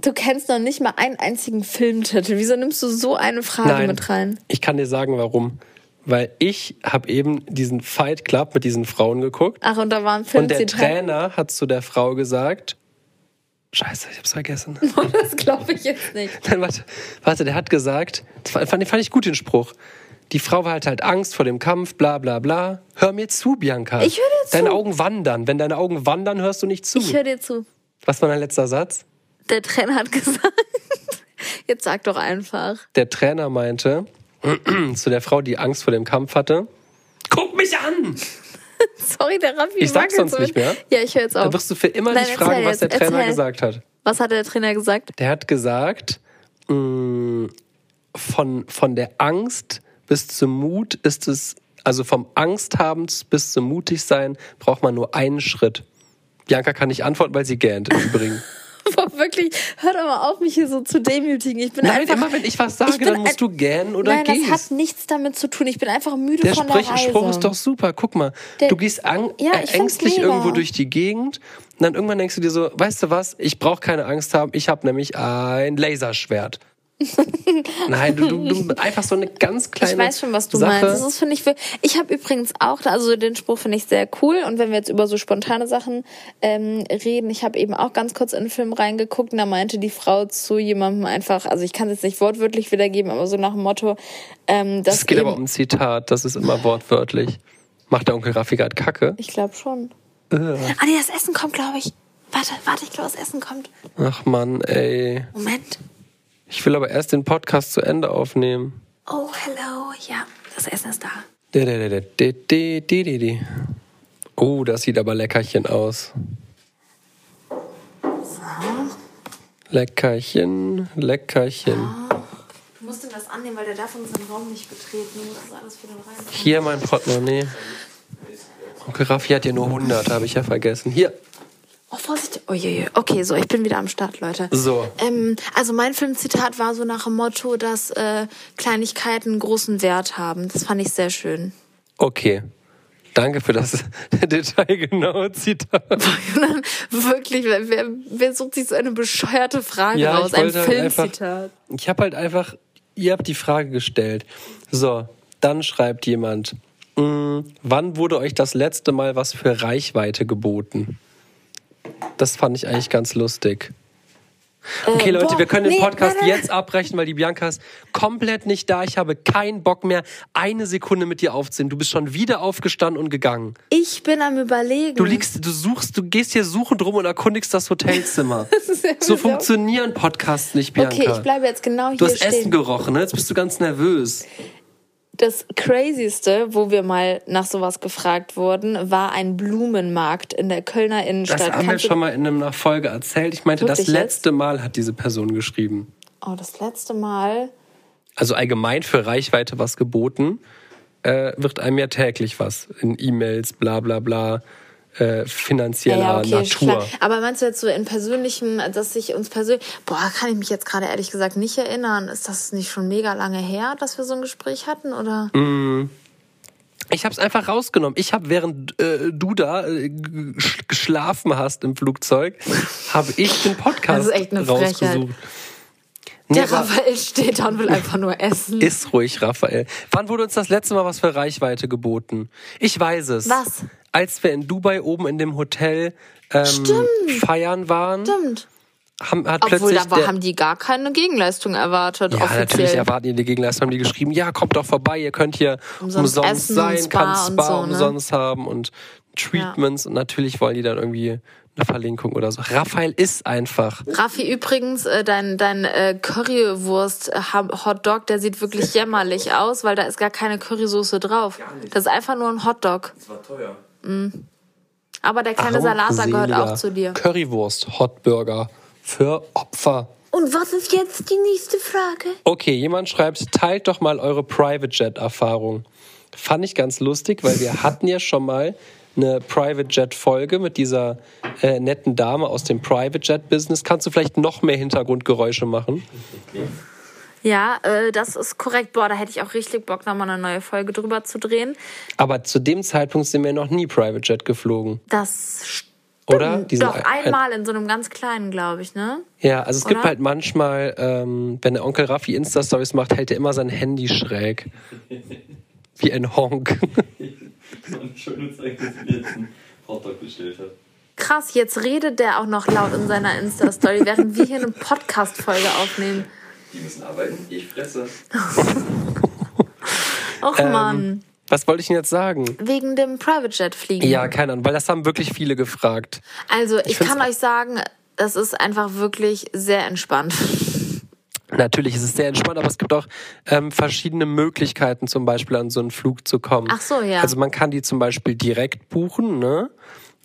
du kennst noch nicht mal einen einzigen Filmtitel. Wieso nimmst du so eine Frage Ah, mit rein?
Ich kann dir sagen, warum. Weil ich habe eben diesen Fight Club mit diesen Frauen geguckt
Ach, und da war ein
und der
Filmzitat.
Trainer hat zu der Frau gesagt, Scheiße, ich hab's vergessen.
Das glaube ich jetzt nicht.
Nein, warte, warte, der hat gesagt, das fand, fand ich gut den Spruch. Die Frau war halt halt Angst vor dem Kampf, bla bla bla. Hör mir zu, Bianca.
Ich hör dir zu.
Deine Augen wandern. Wenn deine Augen wandern, hörst du nicht zu.
Ich höre dir zu.
Was war dein letzter Satz?
Der Trainer hat gesagt. Jetzt sag doch einfach.
Der Trainer meinte zu der Frau, die Angst vor dem Kampf hatte, guck mich an!
Sorry, der Raffi
Ich sag's
wackelt
sonst nicht mehr.
Ja, ich höre jetzt auf.
Dann wirst du für immer
Oh. Nein,
nicht
erzähl
fragen, was der
jetzt,
Trainer
erzähl.
gesagt hat.
Was hat der Trainer gesagt?
Der hat gesagt, mh, von, von der Angst bis zum Mut ist es, also vom Angst haben bis zum mutig sein, braucht man nur einen Schritt. Bianca kann nicht antworten, weil sie gähnt im Übrigen.
Boah, wirklich, hör doch mal auf, mich hier so zu demütigen. Ich bin
Nein,
einfach.
immer wenn ich was sage,
bin
dann musst
ein-
du gähnen oder
Nein, das
gehst.
hat nichts damit zu tun. Ich bin einfach müde
Der
von
Sprich,
der Reise.
Spruch ist doch super. Guck mal,
Der-
du gehst ang
Ja,
äh,
ich find's
ängstlich
mega.
irgendwo durch die Gegend und dann irgendwann denkst du dir so, weißt du was, ich brauche keine Angst haben, ich habe nämlich ein Laserschwert. Nein, du, du, du einfach so eine ganz kleine
ich weiß schon, was du
Sache.
meinst. Das ist finde ich. für- Ich habe übrigens auch, also den Spruch finde ich sehr cool. Und wenn wir jetzt über so spontane Sachen ähm, reden, ich habe eben auch ganz kurz in einen Film reingeguckt und da meinte die Frau zu jemandem einfach, also ich kann es jetzt nicht wortwörtlich wiedergeben, aber so nach dem Motto, ähm, dass
es geht
eben,
aber um ein Zitat, das ist immer wortwörtlich. Macht der Onkel Raffi gerade Kacke?
ich glaube schon.
Äh,
Ah nee, das Essen kommt, glaube ich. Warte, warte, ich glaube, das Essen kommt.
Ach Mann, ey.
Moment.
Ich will aber erst den Podcast zu Ende aufnehmen.
Oh, hello. Ja, das Essen ist da.
De, de, de, de, de, de, de, de. Oh, das sieht aber leckerchen aus. Leckerchen, leckerchen.
Du musst ihm das annehmen, weil der darf unseren Raum nicht betreten. Du musst das alles wieder rein.
Hier mein Portemonnaie. Onkel Raffi hat ja nur 100, habe ich ja vergessen. Hier.
Oh, Vorsicht. Uiuiui. Okay, so, ich bin wieder am Start, Leute.
So.
Ähm, also mein Filmzitat war so nach dem Motto, dass äh, Kleinigkeiten großen Wert haben. Das fand ich sehr schön.
Okay. Danke für das detailgenaue Zitat.
Wirklich, wer, wer, wer sucht sich so eine bescheuerte Frage
Ja, ich
raus? Ein
wollte halt einfach-
Filmzitat.
Ich habe halt einfach, ihr habt die Frage gestellt. So, dann schreibt jemand, "Mm, wann wurde euch das letzte Mal was für Reichweite geboten? Das fand ich eigentlich ganz lustig. Okay, Leute,
Äh, boah,
wir können den
nee,
Podcast
nein, nein,
jetzt abbrechen, weil die Bianca ist komplett nicht da. Ich habe keinen Bock mehr, eine Sekunde mit dir aufzunehmen. Du bist schon wieder aufgestanden und gegangen.
Ich bin am Überlegen.
Du liegst, du suchst, du gehst hier suchend rum und erkundigst das Hotelzimmer.
ist ja
so
wieder-
funktionieren Podcasts nicht, Bianca.
Okay, ich bleibe jetzt genau hier
Du hast
stehen.
Essen gerochen, ne? Jetzt bist du ganz nervös.
Das Crazieste, wo wir mal nach sowas gefragt wurden, war ein Blumenmarkt in der Kölner Innenstadt.
Das haben wir
Kannst du-
schon mal in einer Folge erzählt. Ich meinte, das
Wirklich jetzt?
letzte Mal hat diese Person geschrieben.
oh, das letzte Mal.
Also allgemein für Reichweite was geboten, äh, wird einem ja täglich was in E-Mails, bla bla bla, äh, finanzieller
ist
Natur.
klar. Aber meinst du jetzt so in persönlichen, dass ich uns persönlich. Boah, kann ich mich jetzt gerade ehrlich gesagt nicht erinnern. Ist das nicht schon mega lange her, dass wir so ein Gespräch hatten? Oder?
Mhm. Ich habe es einfach rausgenommen. Ich habe, während äh, du da äh, g- sch- geschlafen hast im Flugzeug, habe ich den Podcast
Das ist echt eine
rausgesucht.
Frechheit.
Nee,
Der
aber
Raphael steht da und will einfach nur essen.
ist ruhig, Raphael. Wann wurde uns das letzte Mal was für Reichweite geboten? Ich weiß es.
Was?
Als wir in Dubai oben in dem Hotel ähm, feiern waren,
Stimmt.
haben, hat
Obwohl,
plötzlich
da war,
der,
haben die gar keine Gegenleistung erwartet,
ja,
offiziell.
natürlich erwarten die die Gegenleistung, haben die geschrieben, ja, kommt doch vorbei, ihr könnt hier umsonst,
Umsonst Essen,
sein,
Spa
kann
und
Spa
so, ne?
umsonst haben und Treatments und natürlich wollen die dann irgendwie eine Verlinkung oder so. Raphael ist einfach.
Raffi, übrigens, äh, dein, dein äh, Currywurst-Hotdog, der sieht wirklich jämmerlich aus, weil da ist gar keine Currysoße drauf. Das ist einfach nur ein Hotdog. Mhm.
Das war teuer.
Aber der kleine Salata gehört
Armseliger
auch zu dir.
Currywurst, Hotburger für Opfer.
Und was ist jetzt die nächste Frage?
Okay, jemand schreibt, teilt doch mal eure Private Jet Erfahrung. Fand ich ganz lustig, weil wir hatten ja schon mal eine Private Jet Folge mit dieser äh, netten Dame aus dem Private Jet Business. Kannst du vielleicht noch mehr Hintergrundgeräusche machen?
Ja, äh, das ist korrekt. Boah, da hätte ich auch richtig Bock, nochmal eine neue Folge drüber zu drehen.
Aber zu dem Zeitpunkt sind wir noch nie Private Jet geflogen,
Das stimmt.
oder? Diesen
Doch,
ein-
einmal in so einem ganz kleinen, glaube ich, ne?
Ja, also es gibt
oder?
halt manchmal, ähm, wenn der Onkel Raffi Insta Stories macht, hält er immer sein Handy schräg. Wie ein Honk.
Und schöne Zeit, dass ich jetzt einen Hotdog bestellt habe.
Krass, jetzt redet der auch noch laut in seiner Insta-Story, während wir hier eine Podcast-Folge aufnehmen.
Die müssen arbeiten, ich fresse.
Och Oh
Ähm,
Mann,
Was wollte ich denn jetzt sagen?
wegen dem Private Jet fliegen.
Ja, keine Ahnung, weil das haben wirklich viele gefragt.
Also ich,
find's-
kann euch sagen, es ist einfach wirklich sehr entspannt.
Natürlich ist es sehr entspannt, aber es gibt auch ähm, verschiedene Möglichkeiten, zum Beispiel an so einen Flug zu kommen.
Ach so, ja.
Also man kann die zum Beispiel direkt buchen, ne?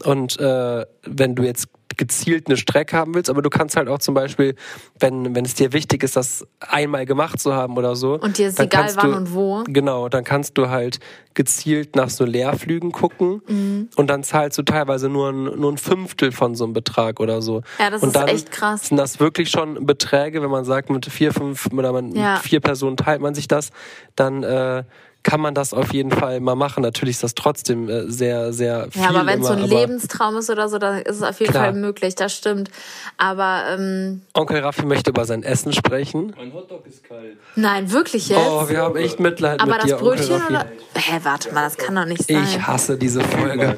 Und äh, wenn du jetzt gezielt eine Strecke haben willst, aber du kannst halt auch zum Beispiel, wenn, wenn es dir wichtig ist, das einmal gemacht zu haben oder so.
Und dir ist
dann
egal,
kannst
wann
du,
und wo.
Genau, dann kannst du halt gezielt nach so Leerflügen gucken
Mhm.
und dann zahlst du teilweise nur ein, nur ein Fünftel von so einem Betrag oder so.
Ja, das
und
ist
dann
echt krass.
Sind das wirklich schon Beträge, wenn man sagt, mit vier, fünf oder man,
Ja.
mit vier Personen teilt man sich das, dann äh, kann man das auf jeden Fall mal machen. Natürlich ist das trotzdem äh, sehr, sehr viel.
Ja, aber wenn es so
immer,
ein
aber
Lebenstraum ist oder so, dann ist es auf jeden
Klar.
Fall möglich, das stimmt. Aber ähm,
Onkel Raffi möchte über sein Essen sprechen.
Mein Hotdog ist kalt.
nein, wirklich jetzt.
Oh, wir haben echt Mitleid
aber
mit
das
dir,
Brötchen
Onkel
oder.
Raffi.
Hä, warte mal, das kann doch nicht sein.
Ich hasse diese Folge.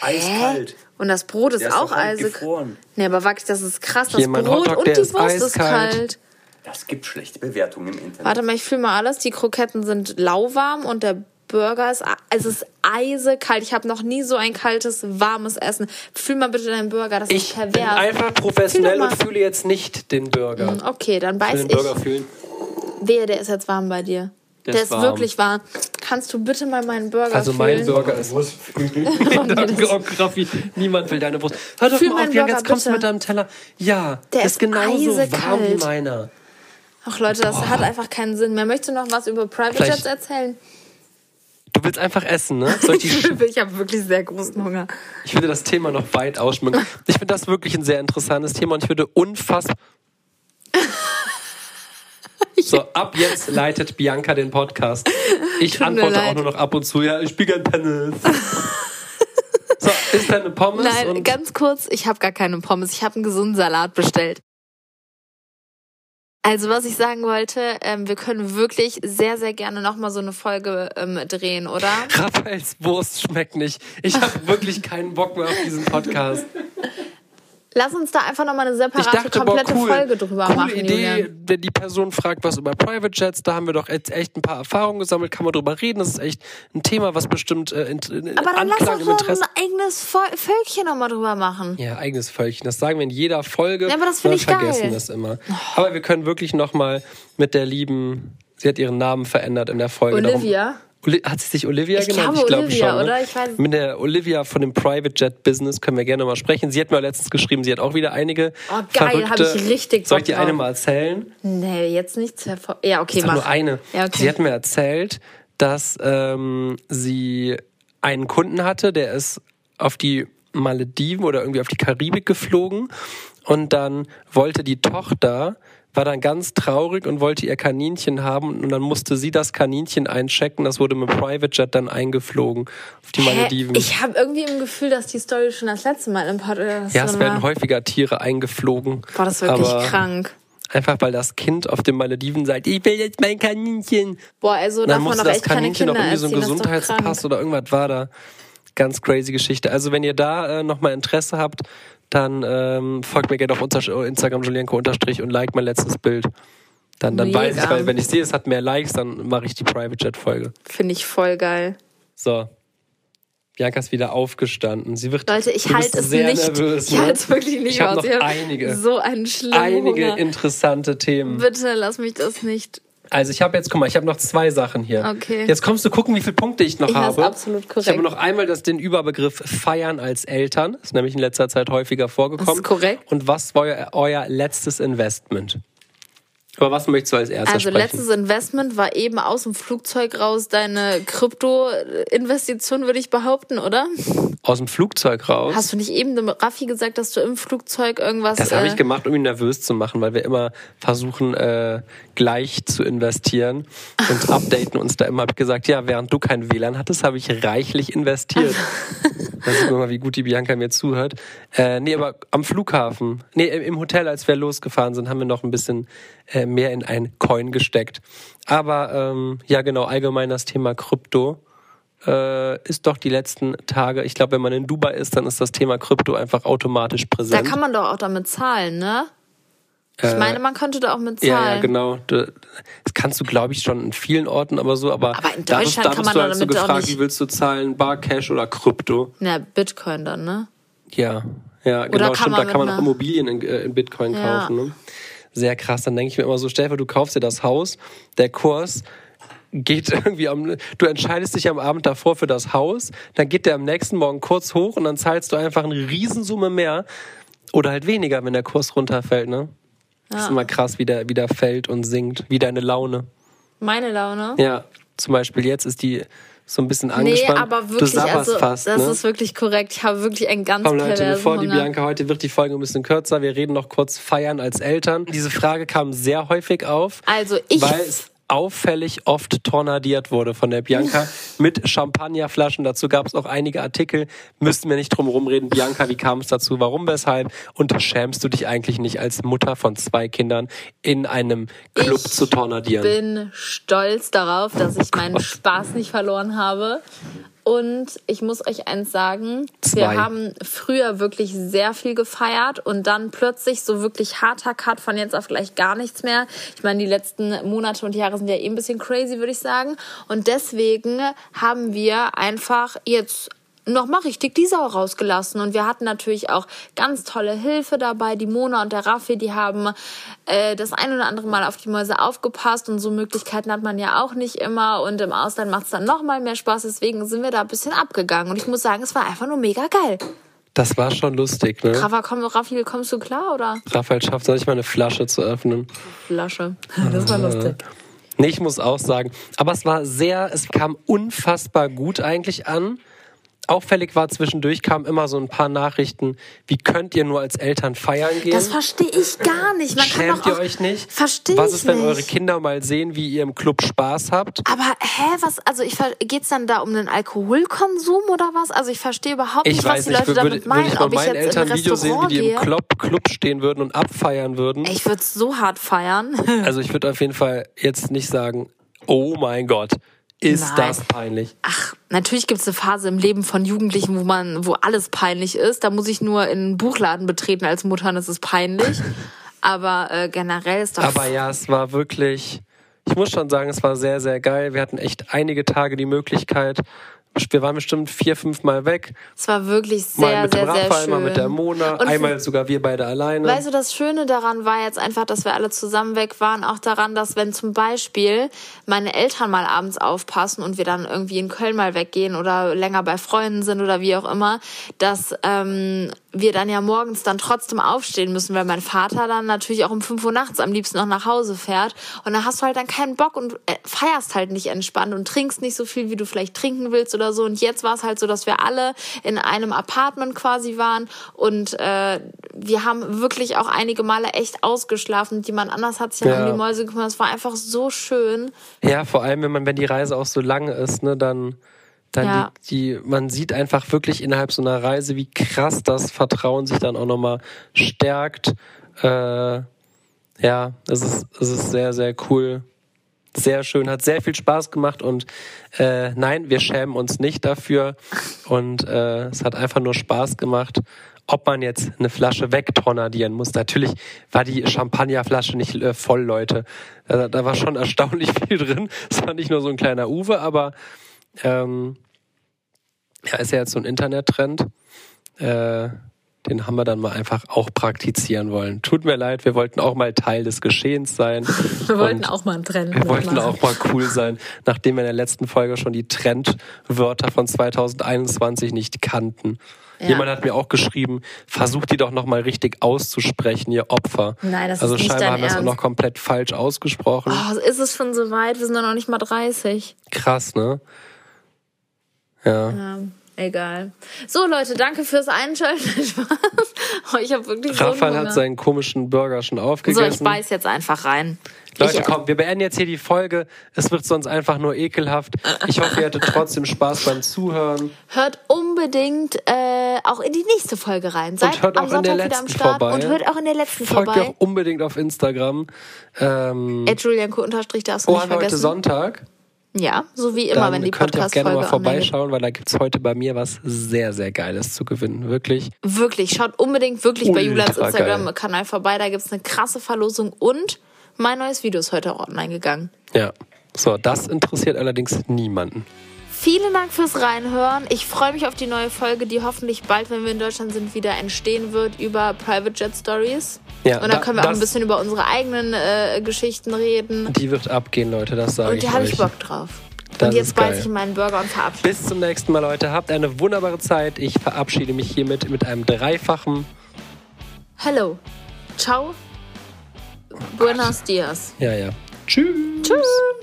Eiskalt.
und das Brot ist,
Der ist
auch
doch
eisig.
gefroren.
Nee, aber wirklich, das ist krass. Das
Hier, mein
Brot
Hotdog,
und
der
die
ist
Wurst ist
eiskalt.
kalt.
Das gibt schlechte Bewertungen im Internet.
Warte mal, ich fühle mal alles. Die Kroketten sind lauwarm und der Burger ist, es ist eisekalt. Ich habe noch nie so ein kaltes, warmes Essen. Fühl mal bitte deinen Burger, das
Ich
ist
bin
pervers.
einfach professionell
Fühl doch
und
mal. Mhm.
fühle jetzt nicht den Burger.
okay, dann
Ich will
weiß
den
ich.
Burger fühlen.
Wehe, der ist jetzt warm bei dir. Der,
ist
ist
warm.
wirklich warm. Kannst du bitte mal meinen Burger
Also mein
fühlen?
Burger ist. Danke, oh, Graffi. Niemand will deine Wurst. Hör doch
Für
mal auf,
meinen
Jan, jetzt
Burger,
kommst du
bitte.
mit deinem Teller. Ja,
Der
ist
ist
genauso warm wie
eisekalt.
meiner.
Ach Leute, das hat einfach keinen Sinn mehr. Möchtest du noch was über Private
Vielleicht-
Jets erzählen?
Du willst einfach essen, ne? Soll ich, die Sch-
ich habe wirklich sehr großen Hunger.
ich würde das Thema noch weit ausschmücken. Ich finde das wirklich ein sehr interessantes Thema und ich würde unfassbar. So, ab jetzt leitet Bianca den Podcast. Ich
mir
antworte auch
leid.
nur noch ab und zu, ja, ich spiele gern Tennis. So, ist deine Pommes
Nein,
und
ganz kurz, ich habe gar keine Pommes. Ich habe einen gesunden Salat bestellt. Also was ich sagen wollte, ähm, wir können wirklich sehr, sehr gerne nochmal so eine Folge ähm, drehen, oder?
Raphaels Wurst schmeckt nicht. Ich habe wirklich keinen Bock mehr auf diesen Podcast.
Lass uns da einfach nochmal eine
Ich
separate,
dachte, boah,
komplette
cool,
Folge drüber
coole
machen.
Idee,
Julian.
denn die Person fragt was über Private Jets, da haben wir doch jetzt echt ein paar Erfahrungen gesammelt, kann man drüber reden, das ist echt ein Thema, was bestimmt äh, in, in
Aber dann
Anklang im
lass doch so
Interesse...
ein eigenes Vol Völkchen nochmal drüber machen.
Ja, eigenes Völkchen, das sagen wir in jeder Folge,
Ja, aber das
und
finde
dann
ich
vergessen
geil. Oh.
das immer. Aber wir können wirklich nochmal mit der lieben, sie hat ihren Namen verändert in der Folge.
Olivia?
Oli- hat sie sich Olivia
Ich
genannt?
glaube, Olivia, oder? Ich weiß-
ne? Mit der Olivia von dem Private Jet Business können wir gerne mal sprechen. Sie hat mir letztens geschrieben, sie hat auch wieder einige
Oh, geil, hab
verrückte...
ich richtig Bock
Soll ich die eine
drauf.
mal erzählen?
Nee, jetzt nichts hervor. Ja, okay,
Ach,
mach.
nur eine.
Ja, okay.
Sie hat mir erzählt, dass ähm, sie einen Kunden hatte, der ist auf die Malediven oder irgendwie auf die Karibik geflogen und dann wollte die Tochter war dann ganz traurig und wollte ihr Kaninchen haben und dann musste sie das Kaninchen einchecken. Das wurde mit Private Jet dann eingeflogen auf die
Hä?
Malediven.
Ich habe irgendwie im Gefühl, dass die Story schon das letzte Mal im Podcast
ja, es
drin
werden
war.
häufiger Tiere eingeflogen.
Boah, das ist wirklich
aber
krank.
Einfach weil das Kind auf den Malediven sagt, ich will jetzt mein Kaninchen.
Boah, also
Und dann
darf man
musste
doch
das
echt keine
Kaninchen
Kinder
noch irgendwie so einen
erziehen. das ist doch
Gesundheitspass
krank.
oder irgendwas war da. Ganz crazy Geschichte. Also wenn ihr da äh, nochmal Interesse habt, dann ähm, folgt mir gerne auf unser- Instagram Julienko unterstrich und liked mein letztes Bild. Dann, dann
Mega.
weiß ich, weil wenn ich sehe, es hat mehr Likes, dann mache ich die Private Chat Folge.
Finde ich voll geil.
So. Bianca ist wieder aufgestanden. Sie wird
Leute, ich
du bist
halte es
sehr
nicht.
Nervös,
ich
ne?
halte es wirklich nicht
ich hab
aus.
Noch
Ich hab
einige,
So einen schlimmen
einige
Hunger.
interessante Themen.
Bitte lass mich das nicht.
Also ich habe jetzt, guck mal, ich habe noch zwei Sachen hier.
Okay.
Jetzt kommst du gucken, wie viele Punkte ich noch
Ja, ist
habe.
absolut korrekt.
Ich habe noch einmal das, den Überbegriff Feiern als Eltern. Ist nämlich in letzter Zeit häufiger vorgekommen.
Das ist korrekt.
Und was war euer, euer letztes Investment? Aber was möchtest du als erstes
Also
sprechen?
letztes Investment war eben aus dem Flugzeug raus deine Krypto-Investition, würde ich behaupten, oder?
Aus dem Flugzeug raus.
Hast du nicht eben dem Raffi gesagt, dass du im Flugzeug irgendwas...
das habe
äh,
ich gemacht, um ihn nervös zu machen, weil wir immer versuchen, äh, gleich zu investieren und updaten uns da immer. Hab gesagt, ja, während du kein WLAN hattest, habe ich reichlich investiert. da sieht man mal, wie gut die Bianca mir zuhört. Äh, nee, aber am Flughafen, nee, im- im Hotel, als wir losgefahren sind, haben wir noch ein bisschen äh, mehr in ein Coin gesteckt. Aber ähm, ja, genau, allgemein das Thema Krypto äh, ist doch die letzten Tage, ich glaube, wenn man in Dubai ist, dann ist das Thema Krypto einfach automatisch
Da
präsent.
kann man doch auch damit zahlen, ne? Ich meine, man könnte da auch mit zahlen.
Äh, Ja, ja, genau. Du- Das kannst du, glaube ich, schon in vielen Orten, aber so. Aber,
Aber in
da
Deutschland
bist- da
kann
bist
man
du halt so
damit auch
gefragt,
nicht-
wie willst du zahlen? Bar, Cash oder Krypto?
Na, Bitcoin dann, ne?
Ja, ja, genau.
kann
Stimmt,
man
da kann man
mit einer-
auch Immobilien in, äh, in Bitcoin
Ja.
kaufen. Ne? Sehr krass. Dann denke ich mir immer so, Stefan, du kaufst dir das Haus, der Kurs geht irgendwie am, du entscheidest dich am Abend davor für das Haus, dann geht der am nächsten Morgen kurz hoch und dann zahlst du einfach eine Riesensumme mehr oder halt weniger, wenn der Kurs runterfällt, ne? Das ist immer krass, wie der, wie der fällt und sinkt, wie deine Laune.
Meine Laune.
Ja, zum Beispiel jetzt ist die so ein bisschen
Nee,
angespannt.
aber
du
wirklich,
sabberst
also,
fast,
das
ne?
ist wirklich korrekt. Ich habe wirklich einen ganz
Komm Leute,
perversen
bevor die
Hunger.
Bianca heute wird die Folge ein bisschen kürzer. Wir reden noch kurz feiern als Eltern. Diese Frage kam sehr häufig auf,
Also ich-
weil es auffällig oft tornadiert wurde von der Bianca mit Champagnerflaschen. Dazu gab es auch einige Artikel. Müssen wir nicht drum rumreden, Bianca. Wie kam es dazu? Warum? Weshalb? Und schämst du dich eigentlich nicht als Mutter von zwei Kindern in einem Club
Ich
zu tornadieren?
bin stolz darauf,
Oh
dass ich meinen Spaß nicht verloren habe. Und ich muss euch eins sagen,
Zwei.
wir haben früher wirklich sehr viel gefeiert und dann plötzlich so wirklich harter Cut von jetzt auf gleich gar nichts mehr. Ich meine, die letzten Monate und Jahre sind ja eh ein bisschen crazy, würde ich sagen. Und deswegen haben wir einfach jetzt noch mal richtig die Sau rausgelassen. Und wir hatten natürlich auch ganz tolle Hilfe dabei. Die Mona und der Raffi, die haben äh, das ein oder andere Mal auf die Mäuse aufgepasst. Und so Möglichkeiten hat man ja auch nicht immer. Und im Ausland macht es dann noch mal mehr Spaß. Deswegen sind wir da ein bisschen abgegangen. Und ich muss sagen, es war einfach nur mega geil.
Das war schon lustig, ne?
Rafa, komm, Raffi, kommst du klar oder?
Raphael schafft es nicht mal eine Flasche zu öffnen.
Flasche. Das war lustig.
Nee, ich muss auch sagen. Aber es war sehr, es kam unfassbar gut eigentlich an. Auffällig war zwischendurch, kamen immer so ein paar Nachrichten, wie könnt ihr nur als Eltern feiern gehen?
Das verstehe ich gar nicht. Man kann
Schämt
doch
ihr
auch,
euch nicht?
Verstehe ich
Was ist, wenn
nicht. Ah,
eure Kinder mal sehen, wie ihr im Club Spaß habt?
Aber hä, was? Also ich ver- geht's dann da um den Alkoholkonsum oder was? Also ich verstehe überhaupt
Ich
nicht, was
weiß
die
nicht,
Leute
würde,
damit meinen,
würde ich bei
ob ich jetzt
meinen
in
Eltern
ein
ein Video sehen, wie
Restaurant
die im
gehe.
Club, Club stehen würden und abfeiern würden.
Ich würde so hart feiern.
Also ich würde auf jeden Fall jetzt nicht sagen, oh mein Gott, ist
Nein.
das peinlich.
Ach, natürlich gibt's eine Phase im Leben von Jugendlichen, wo man, wo alles peinlich ist. Da muss ich nur in einen Buchladen betreten als Mutter und es ist peinlich. Aber äh, generell ist doch
Aber ja, es war wirklich, ich muss schon sagen, es war sehr, sehr geil. Wir hatten echt einige Tage die Möglichkeit. Wir waren bestimmt vier, fünf Mal weg.
es war wirklich sehr,
Mal mit
sehr,
dem
sehr
Raphael,
schön.
mal mit der Mona,
Und
einmal sogar wir beide alleine.
Weißt du, das Schöne daran war jetzt einfach, dass wir alle zusammen weg waren. Auch daran, dass wenn zum Beispiel meine Eltern mal abends aufpassen und wir dann irgendwie in Köln mal weggehen oder länger bei Freunden sind oder wie auch immer, dass ähm, wir dann ja morgens dann trotzdem aufstehen müssen, weil mein Vater dann natürlich auch um 5 Uhr nachts am liebsten noch nach Hause fährt. Und da hast du halt dann keinen Bock und äh, feierst halt nicht entspannt und trinkst nicht so viel, wie du vielleicht trinken willst oder so. Und jetzt war es halt so, dass wir alle in einem Apartment quasi waren und äh, wir haben wirklich auch einige Male echt ausgeschlafen. Jemand anders hat sich dann
Ja.
um die Mäuse gekümmert. Es war einfach so schön.
Ja, vor allem, wenn man, wenn die Reise auch so lang ist, ne, dann, dann
Ja.
die, die, man sieht einfach wirklich innerhalb so einer Reise, wie krass das Vertrauen sich dann auch nochmal stärkt. Äh, ja, es ist, es ist sehr, sehr cool. Sehr schön, hat sehr viel Spaß gemacht und äh, nein, wir schämen uns nicht dafür und äh, es hat einfach nur Spaß gemacht. Ob man jetzt eine Flasche wegtornadieren muss, natürlich war die Champagnerflasche nicht äh, voll, Leute. Da, da war schon erstaunlich viel drin. Es war nicht nur so ein kleiner Uwe, aber ähm, ja, ist ja jetzt so ein Internettrend. Äh, den haben wir dann mal einfach auch praktizieren wollen. Tut mir leid, wir wollten auch mal Teil des Geschehens sein.
Wir wollten
Und
auch mal einen Trend
wir wollten auch mal cool sein, nachdem wir in der letzten Folge schon die Trendwörter von 2021 nicht kannten.
Ja.
Jemand hat mir auch geschrieben, versucht die doch nochmal richtig auszusprechen, ihr Opfer.
Nein, das
also
ist nicht
scheinbar
dein
haben wir es auch
Ernst.
noch komplett falsch ausgesprochen.
Oh, ist es schon so weit? Wir sind doch noch nicht mal 30.
Krass, ne? Ja.
Ja, egal. So, Leute, danke fürs Einschalten. Spaß. Oh, ich habe wirklich
Raphael
so
hat
einen Hunger.
seinen komischen Burger schon
So,
aufgegessen.
ich beiß jetzt einfach rein.
Leute,
ich,
komm, wir beenden jetzt hier die Folge. Es wird sonst einfach nur ekelhaft. Ich hoffe, ihr hattet trotzdem Spaß beim Zuhören.
Hört unbedingt äh, auch in die nächste Folge rein. Seid
hört auch
am
in der
Sonntag wieder am
letzten
Start
vorbei.
und hört auch in der letzten
Folgt mir auch
vorbei.
unbedingt auf Instagram. Ähm,
Ed Julianko unterstrich darfst du
oh,
nicht
heute
vergessen.
Sonntag.
ja, so wie immer,
Dann
wenn die
könnt ihr auch gerne mal
Podcast-Folge online geht.
vorbeischauen, weil da gibt's heute bei mir was sehr, sehr Geiles zu gewinnen. Wirklich.
Wirklich, schaut unbedingt wirklich bei
Ultra
Julians
geil.
Instagram-Kanal vorbei. Da gibt's eine krasse Verlosung und mein neues Video ist heute auch online gegangen.
Ja. So, das interessiert allerdings niemanden.
Vielen Dank fürs Reinhören. Ich freue mich auf die neue Folge, die hoffentlich bald, wenn wir in Deutschland sind, wieder entstehen wird über Private Jet Stories.
Ja,
Und
da-
dann können wir auch
das-
ein bisschen über unsere eigenen äh, Geschichten reden.
Die wird abgehen, Leute, das sage
Und
ich
da habe
euch.
ich Bock drauf.
Das
und
ist
jetzt
geil.
beiße ich in meinen Burger und verabschiede.
Bis zum nächsten Mal, Leute. Habt eine wunderbare Zeit. Ich verabschiede mich hiermit mit einem dreifachen.
Hello. Ciao. Buenos dias.
Ja, ja. Tschüss.
Tschüss.